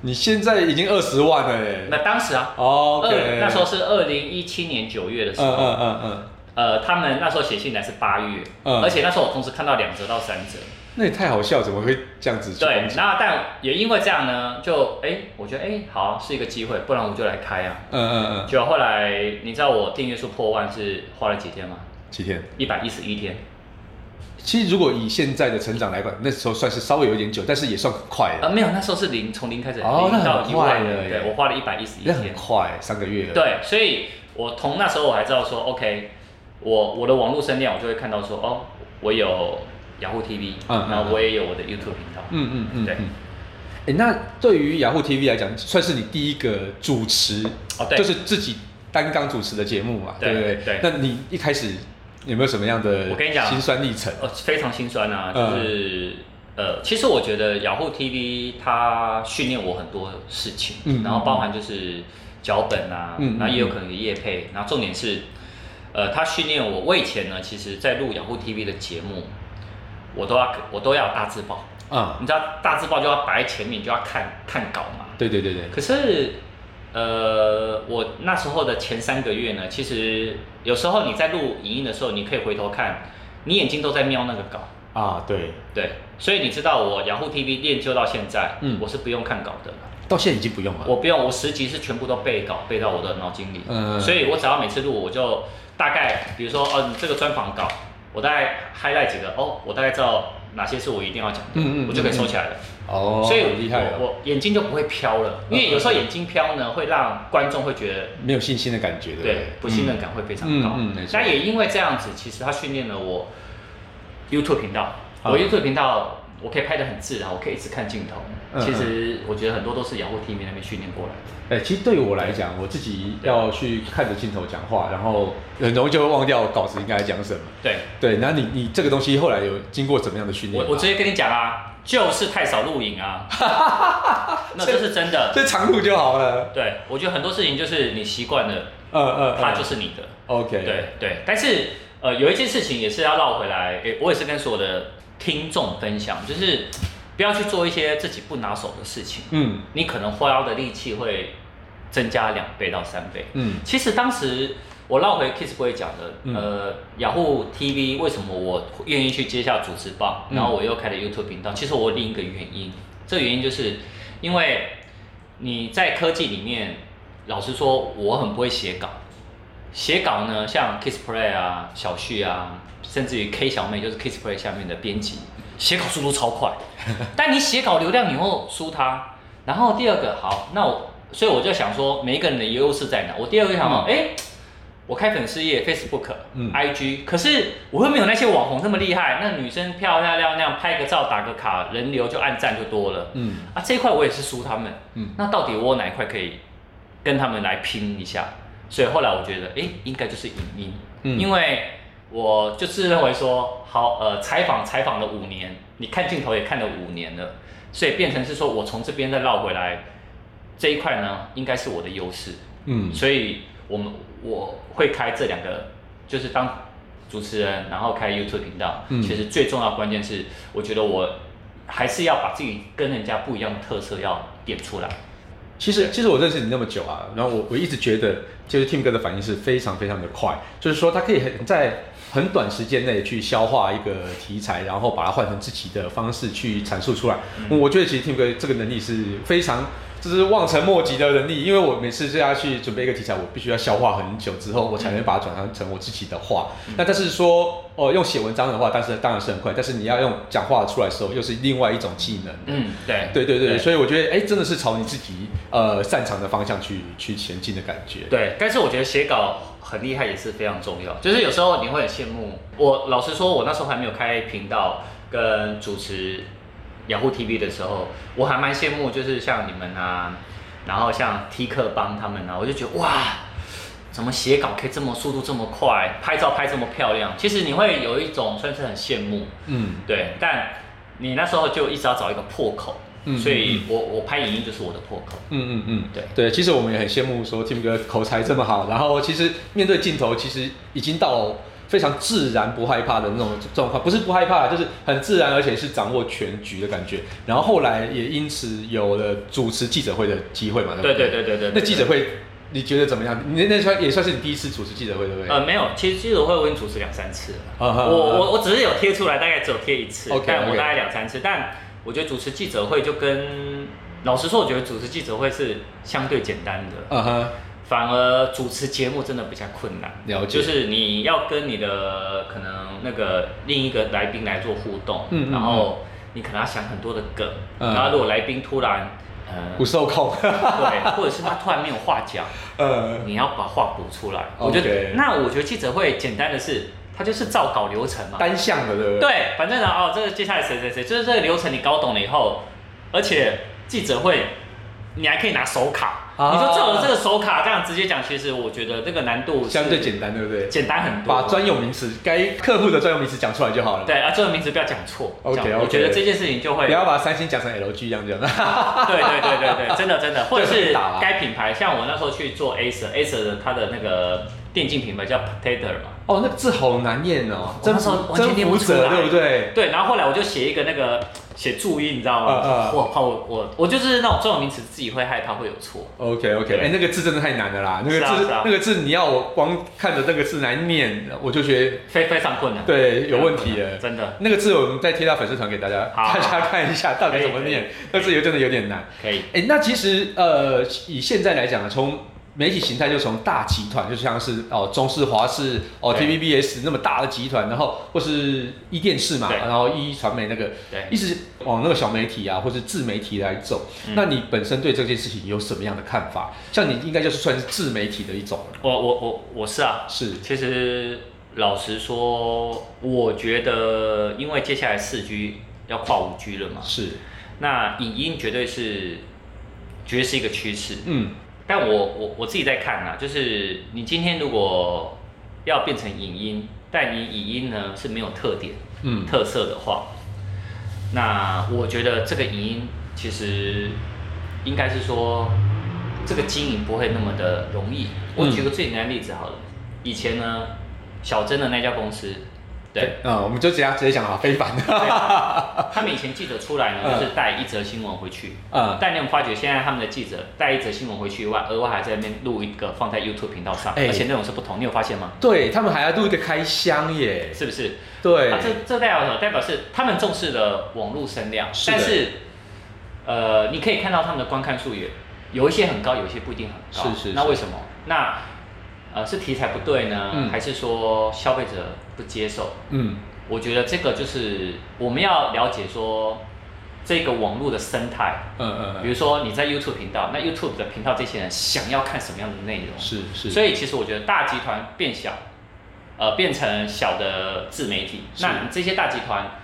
A: 你现在已经二十万了耶，
D: 那当时啊，
A: 哦
D: 二
A: ，OK，
D: 那时候是二零一七年九月的时
A: 嗯，
D: 候，
A: 嗯嗯嗯
D: 呃，他们那时候写信来是八月，
A: 嗯
D: 而且那时候我同时看到两折到三折，
A: 那也太好笑，怎么会这样子去
D: 对
A: 攻，击？
D: 然后但也因为这样呢，就哎、我觉得哎、好啊、是一个机会，不然我就来开啊。
A: 嗯嗯嗯，
D: 就后来你知道我订阅数破万是花了几天吗？
A: 几天？
D: 一百一十一天，
A: 其实如果以现在的成长来讲，那时候算是稍微有一点久，但是也算很快
D: 呃，
A: 了，
D: 没有，那时候是零，从零开始，零、
A: 哦那很
D: 到一
A: 快
D: 万，
A: 了耶
D: 对，我花了一百一十一
A: 那很
D: 天，
A: 快，三个月了。，
D: 对，所以我从那时候我还知道说，OK，我我的网络声量，我就会看到说，哦，我有雅虎 TV，、
A: 嗯嗯
D: 然后我也有我的 YouTube 频道，
A: 嗯嗯嗯，
D: 对
A: 嗯。哎，那对于雅虎 TV 来讲，算是你第一个主持，
D: 哦对
A: 就是自己单纲主持的节目嘛，
D: 对
A: 对不对？
D: 对
A: 那你一开始有没有什么样的
D: 我跟你讲
A: 心酸历程？
D: 呃，非常心酸啊，就
A: 嗯
D: 是、呃，其实我觉得雅虎 TV 它训练我很多事情，
A: 嗯
D: 然后包含就是脚本啊，
A: 嗯嗯
D: 然后也有可能有业配，然后重点是，呃，它训练我，我以前呢，其实在录雅虎 TV 的节目，我都要我都要有大字报，
A: 啊，
D: 你知道大字报就要摆在前面，你就要看看稿嘛，
A: 对对对对，
D: 可是，呃，我那时候的前三个月呢，其实有时候你在录影音的时候，你可以回头看，你眼睛都在瞄那个稿，
A: 啊对，
D: 对，所以你知道我雅虎 TV 练就到现在，
A: 嗯
D: 我是不用看稿的，
A: 到现在已经不用了。
D: 我不用，我十集是全部都背稿背到我的脑筋里，
A: 嗯
D: 所以我只要每次录，我就大概，比如说，哦，你这个专访稿，我大概 highlight 几个，哦，我大概知道哪些是我一定要讲的，
A: 嗯嗯
D: 我就可以收起来了。
A: 哦，
D: 所以
A: 很厉害嗯
D: 我
A: 哦，
D: 我眼睛就不会飘了，因为有时候眼睛飘呢，会让观众会觉得
A: 没有信心的感觉，对不
D: 对
A: 对？
D: 不信任感会非常高
A: 嗯嗯没。错
D: 那也因为这样子，其实他训练了我 YouTube 频道，
A: 啊
D: 我 YouTube 频道我可以拍的很自然，我可以一直看镜头。
A: 嗯
D: 其实我觉得很多都是仰卧提名那边训练过来的。
A: 哎、其实对我来讲，我自己要去看着镜头讲话，然后很容易就会忘掉稿子应该讲什么。
D: 对，
A: 对，那你你这个东西后来有经过怎么样的训练
D: 我
A: 吗？
D: 我直接跟你讲啊，就是太少录影 啊，那这是真的。
A: 这长度就好了。
D: 对，我觉得很多事情就是你习惯了，
A: 呃呃，
D: 它就是你的。
A: OK。
D: 对对，但是呃，有一件事情也是要绕回来，诶，我也是跟所有的听众分享，就是不要去做一些自己不拿手的事情，
A: 嗯
D: 你可能花的力气会增加两倍到三倍。
A: 嗯
D: 其实当时我绕回 Kiss Boy 讲的，
A: 嗯
D: 呃，雅虎 TV 为什么我愿意去接下主持棒，
A: 嗯
D: 然后我又开了 YouTube 频道，其实我有另一个原因，这个原因就是因为你在科技里面，老实说，我很不会写稿。写稿呢，像 Kiss Play 啊、小旭啊，甚至于 K 小妹，就是 Kiss Play 下面的编辑，写稿速度超快。但你写稿流量你又输他。然后第二个，好，那我所以我就想说，每一个人的优势在哪？我第二个想说，哎、我开粉丝页 Facebook、
A: 嗯
D: IG，可是我又没有那些网红那么厉害。那女生漂漂亮亮，拍个照打个卡，人流就按赞就多了。
A: 嗯
D: 啊，这一块我也是输他们。
A: 嗯
D: 那到底我哪一块可以跟他们来拼一下？所以后来我觉得，哎、应该就是影音，
A: 嗯
D: 因为我就是认为说，好，呃，采访采访了五年，你看镜头也看了五年了，所以变成是说我从这边再绕回来这一块呢，应该是我的优势，
A: 嗯
D: 所以我们我会开这两个，就是当主持人，然后开 YouTube 频道。
A: 嗯
D: 其实最重要的关键是，我觉得我还是要把自己跟人家不一样的特色要点出来。
A: 其实，其实我认识你那么久啊，然后我我一直觉得，就是 Tim 哥的反应是非常非常的快，就是说他可以很在很短时间内去消化一个题材，然后把它换成自己的方式去阐述出来。我觉得其实 Tim 哥这个能力是非常，就是望尘莫及的能力，因为我每次这样去准备一个题材，我必须要消化很久之后，我才能把它转换成我自己的话。那但是说，哦，用写文章的话，但是当然是很快，但是你要用讲话出来的时候，又是另外一种技能。
D: 嗯，对，
A: 对对对，
D: 对
A: 所以我觉得，哎，真的是朝你自己呃擅长的方向去去前进的感觉。
D: 对，但是我觉得写稿很厉害也是非常重要，就是有时候你会很羡慕我。老实说，我那时候还没有开频道跟主持雅虎 TV 的时候，我还蛮羡慕，就是像你们啊，然后像 T 克帮他们啊，我就觉得哇，怎么写稿可以这么速度这么快，拍照拍这么漂亮？其实你会有一种算是很羡慕，
A: 嗯
D: 对，但你那时候就一直要找一个破口，
A: 嗯
D: 所以我我拍影音就是我的破口，
A: 嗯嗯嗯，
D: 对
A: 对，其实我们也很羡慕说 Tim 哥口才这么好，然后其实面对镜头，其实已经到非常自然不害怕的那种状况，不是不害怕，就是很自然，而且是掌握全局的感觉。然后后来也因此有了主持记者会的机会嘛，
D: 对
A: 不
D: 对对对对
A: 那记者会你觉得怎么样？你那那算也算是你第一次主持记者会，对不对？
D: 呃，没有，其实记者会我已经主持两三次了。
A: 啊哈
D: 我 呃我我只是有贴出来，大概只有贴一次
A: OK，
D: 但我
A: OK
D: 大概两三次。但我觉得主持记者会就跟老实说，我觉得主持记者会是相对简单的，
A: 嗯哼，
D: 反而主持节目真的比较困难。
A: 了解
D: 就是你要跟你的可能那个另一个来宾来做互动，
A: 嗯嗯
D: 然后你可能要想很多的梗，
A: 嗯
D: 然后如果来宾突然呃
A: 不受控，
D: 对，或者是他突然没有话讲。
A: 呃，
D: 你要把话补出来。我
A: OK
D: 觉得，那我觉得记者会简单的是，它就是照稿流程嘛。
A: 单向的，对不对？
D: 对，反正呢，哦，这个接下来谁谁谁，就是这个流程你搞懂了以后，而且记者会你还可以拿手卡。
A: 啊
D: 你说照着这个手卡这样直接讲，其实我觉得这个难度是
A: 相对简单，对不对？
D: 简单很多。
A: 把专有名词该客户的专有名词讲出来就好了。，
D: 对啊，这个名字不要讲错。
A: OK，
D: 这样我
A: OK
D: 觉得这件事情就会
A: 不要把三星讲成 LG 一样这样。
D: 对对对对对，真的真的，或者
A: 这
D: 是
A: 很打啊
D: 该品牌，像我那时候去做 Acer，Acer 的它的那个电竞品牌叫 Potato 嘛，
A: 哦，那个字好难念哦，
D: 我
A: 征
D: 那时候
A: 服
D: 完全
A: 征
D: 念不
A: 服
D: 出来
A: 者对不对？
D: 对，然后后来我就写一个那个写注音，你知道吗？
A: 嗯嗯
D: 我怕我我我就是那种专有名词自己会害怕会有错。
A: OK OK，
D: 对
A: 哎、那个字真的太难了啦，那个
D: 是
A: 字、
D: 啊是啊
A: 那个字你要我光看着那个字来念，我就觉得
D: 非非常困难，
A: 对
D: 非
A: 有
D: 常困
A: 问
D: 难，
A: 题了。
D: 真的
A: 那个字我们再贴到粉丝团给大家，
D: 好
A: 大家看一下到底怎么念，那字有真的有点难。
D: 可以。
A: 哎、那其实呃，以现在来讲，从媒体形态就从大集团，就像是哦中视、华视、哦
D: 对
A: TVBS 那么大的集团，然后或是一电视嘛，
D: 对
A: 然后一传媒那个，
D: 对
A: 一直往那个小媒体啊，或是自媒体来走。
D: 嗯
A: 那你本身对这件事情有什么样的看法？像你应该就是算是自媒体的一种了，
D: 我我我我是啊，
A: 是，
D: 其实老实说，我觉得因为接下来四 G 要跨五 G 了嘛，
A: 是，
D: 那影音绝对是绝对是一个趋势。
A: 嗯，
D: 但我我我自己在看啊，就是你今天如果要变成影音，但你影音呢是没有特点、
A: 嗯
D: 特色的话，那我觉得这个影音其实应该是说这个经营不会那么的容易。我
A: 嗯
D: 举个最简单的例子好了，以前呢小珍的那家公司，对，
A: 啊、我们就直接直接讲啊，非凡的，
D: 他们以前记者出来呢，就是带一则新闻回去。
A: 嗯
D: 但你有发觉现在他们的记者带一则新闻回去以外，额外还在那边录一个放在 YouTube 频道上，
A: 哎
D: 而且内容是不同，你有发现吗？
A: 对他们还要录一个开箱耶，
D: 是不是？
A: 对，
D: 啊，这这代表什么？代表是他们重视了网络声量，
A: 是的
D: 但是呃，你可以看到他们的观看数也有一些很高，有一些不一定很高。
A: 是是是
D: 那为什么？那呃，是题材不对呢，
A: 嗯
D: 还是说消费者不接受？
A: 嗯，
D: 我觉得这个就是我们要了解说这个网络的生态。
A: 嗯嗯嗯，
D: 比如说你在 YouTube 频道，那 YouTube 的频道这些人想要看什么样的内容？
A: 是是，
D: 所
A: 以
D: 以其实我觉得大集团变小，呃，变成小的自媒体。
A: 是
D: 那这些大集团，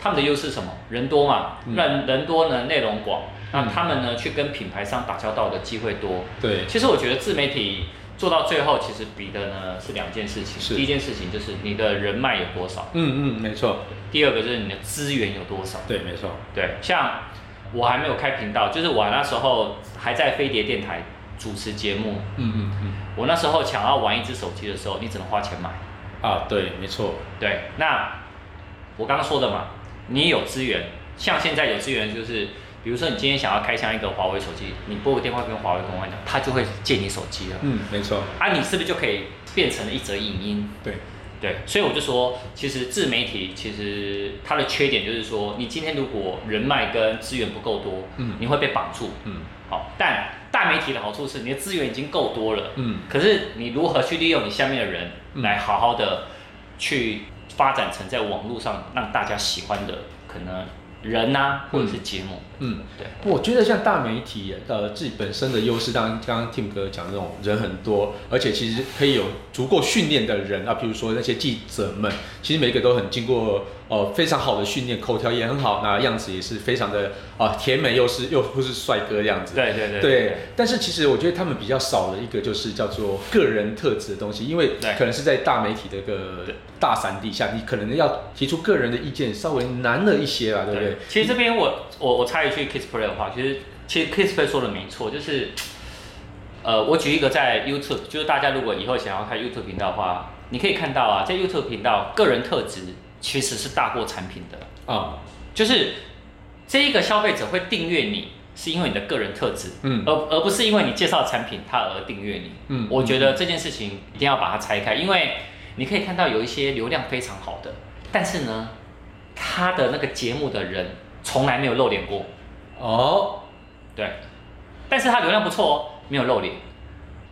D: 他们的优势是什么？人多嘛，
A: 嗯
D: 人人多呢，内容广。那
A: 嗯
D: 他们呢，去跟品牌商打交道的机会多。
A: 对，
D: 其实我觉得自媒体做到最后，其实比的呢是两件事
A: 是
D: 情。第一件事情就是你的人脉有多少，
A: 嗯嗯，没错，
D: 第二个就是你的资源有多少。
A: 对，没错，
D: 对，像我还没有开频道，就是我那时候还在飞碟电台主持节目。
A: 嗯嗯嗯，
D: 我那时候想要玩一只手机的时候，你只能花钱买。
A: 啊，对，没错，
D: 对，那我刚刚说的嘛，你有资源，像现在有资源就是，比如说你今天想要开箱一个华为手机，你拨个电话跟华为公关讲，他就会借你手机了。
A: 嗯，没错，
D: 啊，你是不是就可以变成了一则影音？
A: 对，
D: 对，所以我就说，其实自媒体其实它的缺点就是说，你今天如果人脉跟资源不够多，
A: 嗯
D: 你会被绑住。
A: 嗯
D: 好，但大媒体的好处是你的资源已经够多了，
A: 嗯
D: 可是你如何去利用你下面的人
A: 嗯
D: 来好好的去发展成在网络上让大家喜欢的可能人呐、或者是节目，
A: 嗯。
D: 对，
A: 我觉得像大媒体，呃，自己本身的优势，当然刚刚 Tim 哥讲的那种人很多，而且其实可以有足够训练的人啊，譬如说那些记者们，其实每一个都很经过呃非常好的训练，口条也很好，那样子也是非常的啊、甜美又是又又是帅哥的样子。
D: 对对对
A: 对，但是其实我觉得他们比较少的一个就是叫做个人特质的东西，因为
D: 对
A: 可能是在大媒体的一个大伞底下，你可能要提出个人的意见稍微难了一些啊啦，对不对？
D: 其实这边我我我插一句 Kiss Play 的话，其实其实 Kiss Play 说的没错，就是呃，我举一个在 YouTube，就是大家如果以后想要开 YouTube 频道的话，你可以看到啊，在 YouTube 频道个人特质其实是大过产品的，
A: 啊、
D: 就是这一个消费者会订阅你，是因为你的个人特质，
A: 嗯
D: 而而不是因为你介绍的产品他而订阅你，
A: 嗯
D: 我觉得这件事情一定要把它拆开，因为你可以看到有一些流量非常好的，但是呢，他的那个节目的人从来没有露脸过，
A: 哦，
D: 对，但是他流量不错哦，没有露脸，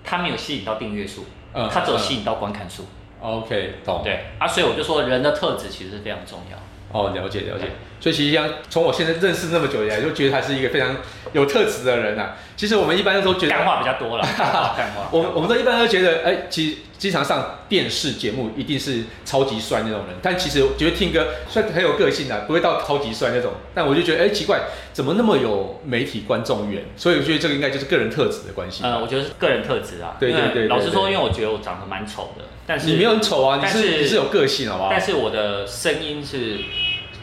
D: 他没有吸引到订阅数
A: 嗯，
D: 他只有吸引到观看数，
A: OK，懂。，
D: 对啊，所以我就说人的特质其实是非常重要。
A: 哦，了解了解。所以其实像从我现在认识那么久以来，就觉得他是一个非常有特质的人啊。其实我们一般都觉得。
D: 干话比较多了，干话干话
A: 我们我们都一般都觉得，哎、其实经常上电视节目一定是超级帅那种人，但其实我觉得听歌虽然很有个性啊，不会到超级帅那种，但我就觉得，哎、奇怪，怎么那么有媒体观众缘？所以我觉得这个应该就是个人特质的关系。
D: 呃，我觉得是个人特质啊。
A: 对对
D: 因为
A: 对对
D: 老实说，
A: 对
D: 因为我觉得我长得蛮丑的，但是
A: 你没有很丑啊，你
D: 但
A: 是
D: 是
A: 你是有个性好不好
D: 但？是我的声音是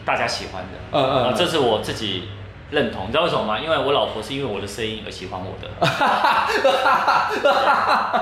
D: 大家喜欢的。
A: 嗯嗯
D: 呃
A: 嗯
D: 这是我自己认同。你知道为什么吗？因为我老婆是因为我的声音而喜 欢我的。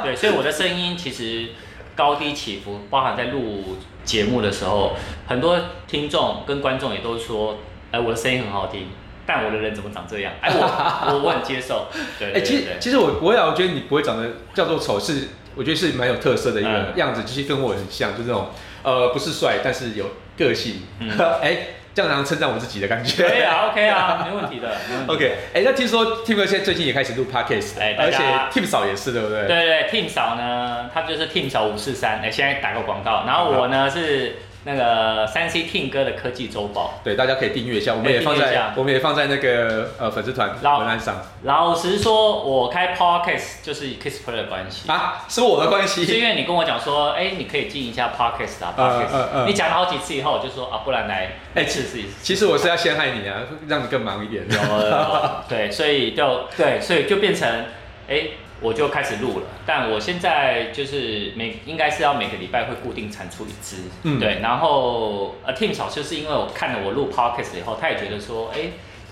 D: 对，所以我的声音其实高低起伏，包含在录节目的时候，很多听众跟观众也都说，哎、我的声音很好听。但我的人怎么长这样？哎，我我我很接受。对
A: 哎、
D: 对
A: 其
D: 对
A: 实其实我我也我觉得你不会长得叫做丑，是我觉得是蛮有特色的一个
D: 嗯
A: 样子，就是跟我很像，就这种呃不是帅，但是有个性。 哎、
D: 嗯
A: 这样能称赞我自己的感觉。
D: 对可以啊，OK 啊，没问题的。没问题的
A: OK，哎、那听说 Tim 哥现在最近也开始录 Podcast，、
D: 哎大
A: 而且
D: 家
A: Tim 嫂也是，对不对？
D: 对对，Team 嫂呢，她就是 Team 嫂五四三，哎，现在打个广告。然后我呢是那个三 C King 哥的科技周报。
A: 对，大家可以订阅一下，我们也放
D: 哎订阅一
A: 在
D: 下
A: 我们也放在那个呃粉丝团
D: 老
A: 文案上
D: 老实说，我开 podcast 就是 Kiss Play 的关系。
A: 啊，是我的关
D: 是
A: 系。
D: 因为你跟我讲说，哎、你可以进一下 podcast 啊
A: 嗯
D: ，podcast，、
A: 嗯嗯
D: 你讲了好几次以后，我就说啊，不然来
A: 哎
D: 一次试一次。
A: 其实我是要陷害你啊，让你更忙一 点。
D: 呃，对，所以就对，所以就变成，哎、我就开始录了。但我现在就是每应该是要每个礼拜会固定产出一支，
A: 嗯
D: 对。然后呃，Tim 嫂就是因为我看了我录 podcast 以后，他也觉得说，哎、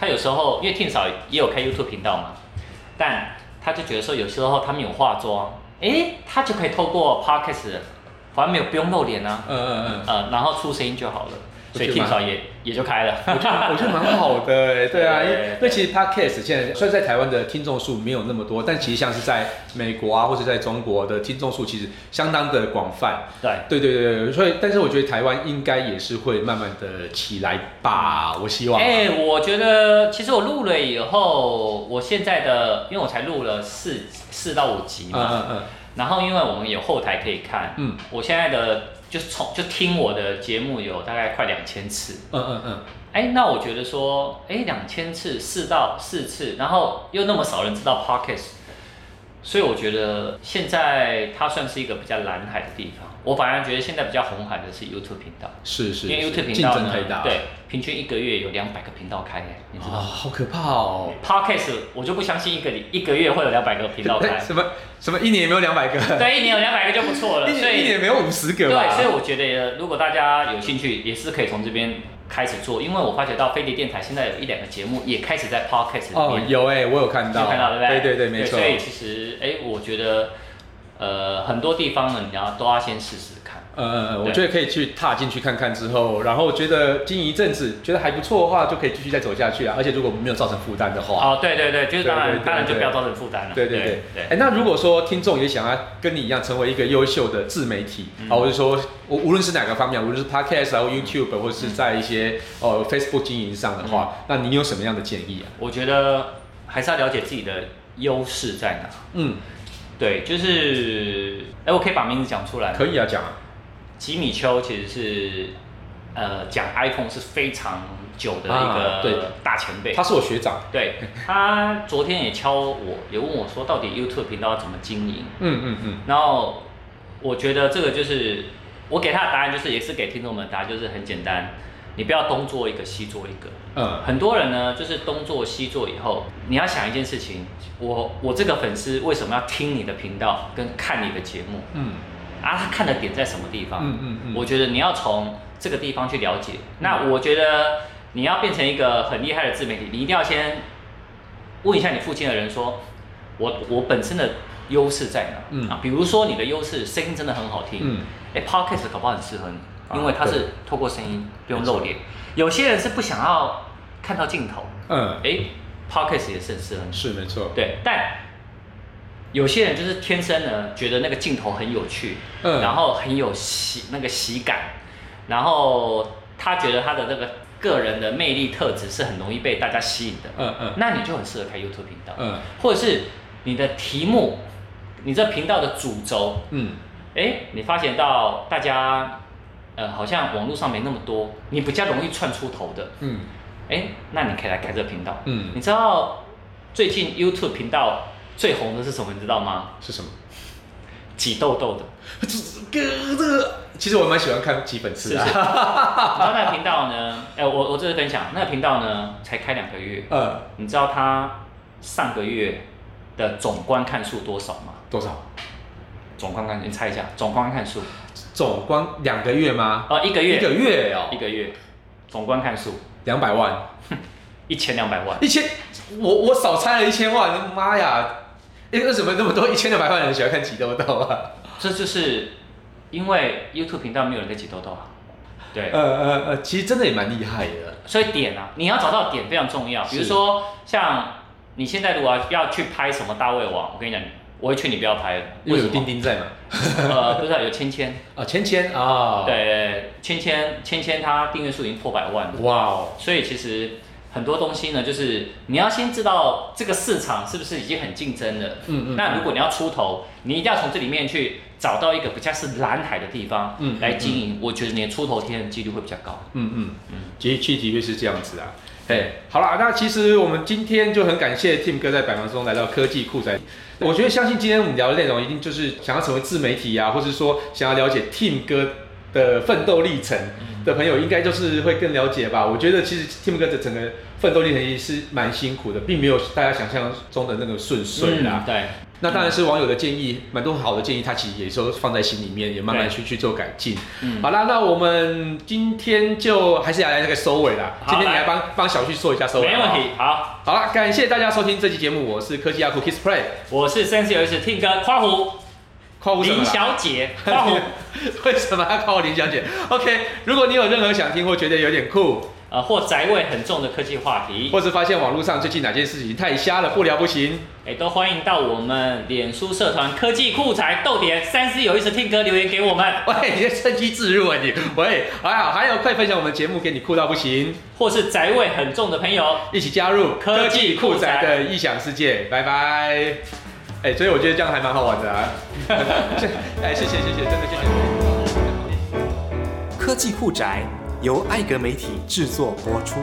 D: 他有时候因为 Tim 嫂也有开 YouTube 频道嘛，但他就觉得说，有时候他们有化妆，哎、他就可以透过 podcast，反正没有不用露脸啊，
A: 嗯嗯
D: 呃，然后出声音就好了。所以
A: 我觉
D: Tim
A: 得
D: 嫂
A: 蛮
D: 也也就开了，
A: 嗯，我觉得蛮好的哎、对啊，因
D: 对
A: 为因为其实 podcast 现在虽然在台湾的听众数没有那么多，但其实像是在美国啊，或者在中国的听众数其实相当的广泛。
D: 对。
A: 对对对对，所以但是我觉得台湾应该也是会慢慢的起来吧，我希望。
D: 哎、我觉得其实我录了以后，我现在的，因为我才录了四四到五集
A: 嗯
D: 嘛，
A: 嗯嗯，
D: 然后因为我们有后台可以看，
A: 嗯，
D: 我现在的就是从就听我的节目有大概快两千次，
A: 嗯嗯嗯，
D: 哎、那我觉得说，哎、两千次四到四次，然后又那么少人知道 podcast，所以我觉得现在它算是一个比较蓝海的地方。我反而觉得现在比较红海的是 YouTube 频道，
A: 是是，
D: 因为
A: 是
D: YouTube 频
A: 竞
D: 道
A: 争
D: 呢
A: 太大，
D: 对，平均一个月有两百个频道开，你知道
A: 啊、
D: 吗？
A: 好可怕哦。
D: Podcast 我就不相信一个礼一个月会有两百个频道开
A: 哎，什么什么一年也没有两百个，
D: 对，一年有两百个就不错了，
A: 一
D: 所
A: 年一
D: 以
A: 年没有五十个吧？
D: 对，所以我觉得如果大家有兴趣，也是可以从这边开始做，因为我发觉到飞碟电台现在有一两个节目也开始在 Podcast 里
A: 哦
D: 面，
A: 有哎、我有看
D: 有
A: 到，
D: 看到对不对？
A: 对对，没错
D: 所。以其实哎、我觉得呃很多地方呢，你要都要先试试看。
A: 呃，我
D: 对
A: 觉得可以去踏进去看看之后，然后觉得经营一阵子，觉得还不错的话，就可以继续再走下去啊。而且如果没有造成负担的话，
D: 哦，对对对，就是当
A: 对对
D: 然
A: 对
D: 当然就
A: 对
D: 不要造成负担了。
A: 对对对
D: 啊对
A: 哎、。那如果说听众也想要跟你一样成为一个优秀的自媒体，
D: 嗯
A: 啊，或者说我无论是哪个方面，无论是 podcast 啊、或 YouTube，或者
D: 嗯
A: 是在一些呃 Facebook 经营上的话，那你有什么样的建议啊？
D: 我觉得还是要了解自己的优势在哪。
A: 嗯，
D: 对，就是，哎、我可以把名字讲出来吗。
A: 可以啊，讲啊。
D: 吉米丘其实是，呃，讲 iPhone 是非常久的一
A: 啊对
D: 个大前辈。
A: 他是我学长。
D: 对他昨天也敲我，也问我说，到底 YouTube 频道要怎么经营？
A: 嗯嗯嗯，
D: 然后我觉得这个就是我给他的答案，就是也是给听众们的答案，就是很简单，你不要东做一个西做一个。
A: 嗯
D: 很多人呢，就是东做西做以后，你要想一件事情，我我这个粉丝为什么要听你的频道跟看你的节目
A: 嗯
D: 啊？他看的点在什么地方？
A: 嗯嗯嗯
D: 我觉得你要从这个地方去了解。那我觉得你要变成一个很厉害的自媒体，你一定要先问一下你附近的人说，我我本身的优势在哪？
A: 嗯
D: 啊，比如说你的优势声音真的很好听，
A: 嗯，
D: 哎、p o d c a s t 搞不好很适合你，
A: 啊
D: 因为它
A: 对
D: 是透过声音，不用露脸。有些人是不想要看到镜头，
A: 嗯，
D: 哎，podcast 也是很适合你。
A: 是没错。
D: 对，但有些人就是天生呢，觉得那个镜头很有趣，
A: 嗯
D: 然后很有喜那个喜感，然后他觉得他的那个个人的魅力特质是很容易被大家吸引的，
A: 嗯嗯
D: 那你就很适合开 YouTube 频道，
A: 嗯
D: 或者是你的题目，你这频道的主轴，
A: 嗯
D: 哎，你发现到大家，呃，好像网络上没那么多，你比较容易窜出头的，
A: 嗯
D: 哎，那你可以来开这个频道。
A: 嗯
D: 你知道最近 YouTube 频道最红的是什么？你知道吗？
A: 是什么？
D: 挤痘痘的。
A: 这这个，其实我蛮喜欢看几粉丝
D: 是是
A: 啊。
D: 然后那个频道呢？哎、我我这是分享，那个频道呢才开两个月，
A: 呃，
D: 你知道它上个月的总观看数多少吗？
A: 多少？
D: 总观看，你猜一下，总观看数？
A: 总光两个月吗？
D: 哦，一个月，
A: 一个月哦
D: 一，个月，总观看数
A: 两百万。
D: 一千两百万。
A: 一千，我我少猜了一千万，妈呀！诶为什么那么多一千两百万人喜欢看挤痘痘啊？
D: 这就是因为 YouTube 频道没有人在挤痘痘啊。对，
A: 呃呃呃，其实真的也蛮厉害的。
D: 所以点啊，你要找到点非常重要。比如说像你现在如果要去拍什么大胃王，我跟你讲，我会劝你不要拍了。
A: 因为有
D: 什
A: 钉
D: 么？
A: 钉在嘛？
D: 呃， 不是啊有芊芊，
A: 啊，芊芊啊，，
D: 对，芊芊芊芊她订阅数已经破百万了，
A: 哇哦，
D: 所以其实很多东西呢，就是你要先知道这个市场是不是已经很竞争了。
A: 嗯嗯
D: 那如果你要出头，你一定要从这里面去找到一个比较是蓝海的地方，
A: 嗯
D: 来经营，我觉得你的出头天的几率会比较高。
A: 嗯嗯嗯
D: 嗯，
A: 其实去的确是这样子啊。
D: 对，
A: 好啦，那其实我们今天就很感谢 Tim 哥在百忙中来到科技酷宅。我觉得相信今天我们聊的内容，一定就是想要成为自媒体啊，或是说想要了解 Tim 哥的奋斗历程的朋友，应该就是会更了解吧。我觉得其实 Tim 哥的整个奋斗历程也是蛮辛苦的，并没有大家想象中的那个顺遂啦。
D: 嗯对，
A: 那当然是网友的建议，
D: 嗯
A: 蛮多好的建议，他其实也都放在心里面，也慢慢去去做改进。
D: 嗯
A: 好啦，那我们今天就还是来来那个收尾啦。
D: 好
A: 今天你
D: 来
A: 来帮帮小旭做一下收尾，
D: 没
A: 好
D: 问
A: 不好
D: 题。。好，
A: 好啦，感谢大家收听这期节目，我是科技阿酷 Kiss Play，
D: 我是三十 S T 哥夸胡
A: 夸我什么
D: 林
A: 啦？
D: 小姐夸 胡，
A: 为什么要夸我林小姐？OK，如果你有任何想听或觉得有点酷，
D: 呃，或宅味很重的科技话题，
A: 或是发现网络上最近哪件事情太瞎了，不聊不行，
D: 哎，都欢迎到我们脸书社团科技酷宅豆点三思有意思听歌留言给我们，
A: 喂，你在趁机自入啊你？喂，还好，还有快分享我们节目给你酷到不行。
D: 或是宅味很重的朋友，
A: 一起加入
D: 科技酷宅
A: 的异想世界，拜拜。哎、所以我觉得这样还蛮好玩的啊。 哎，谢谢谢谢，真的谢谢。
E: 科技酷宅由艾格媒体制作播出。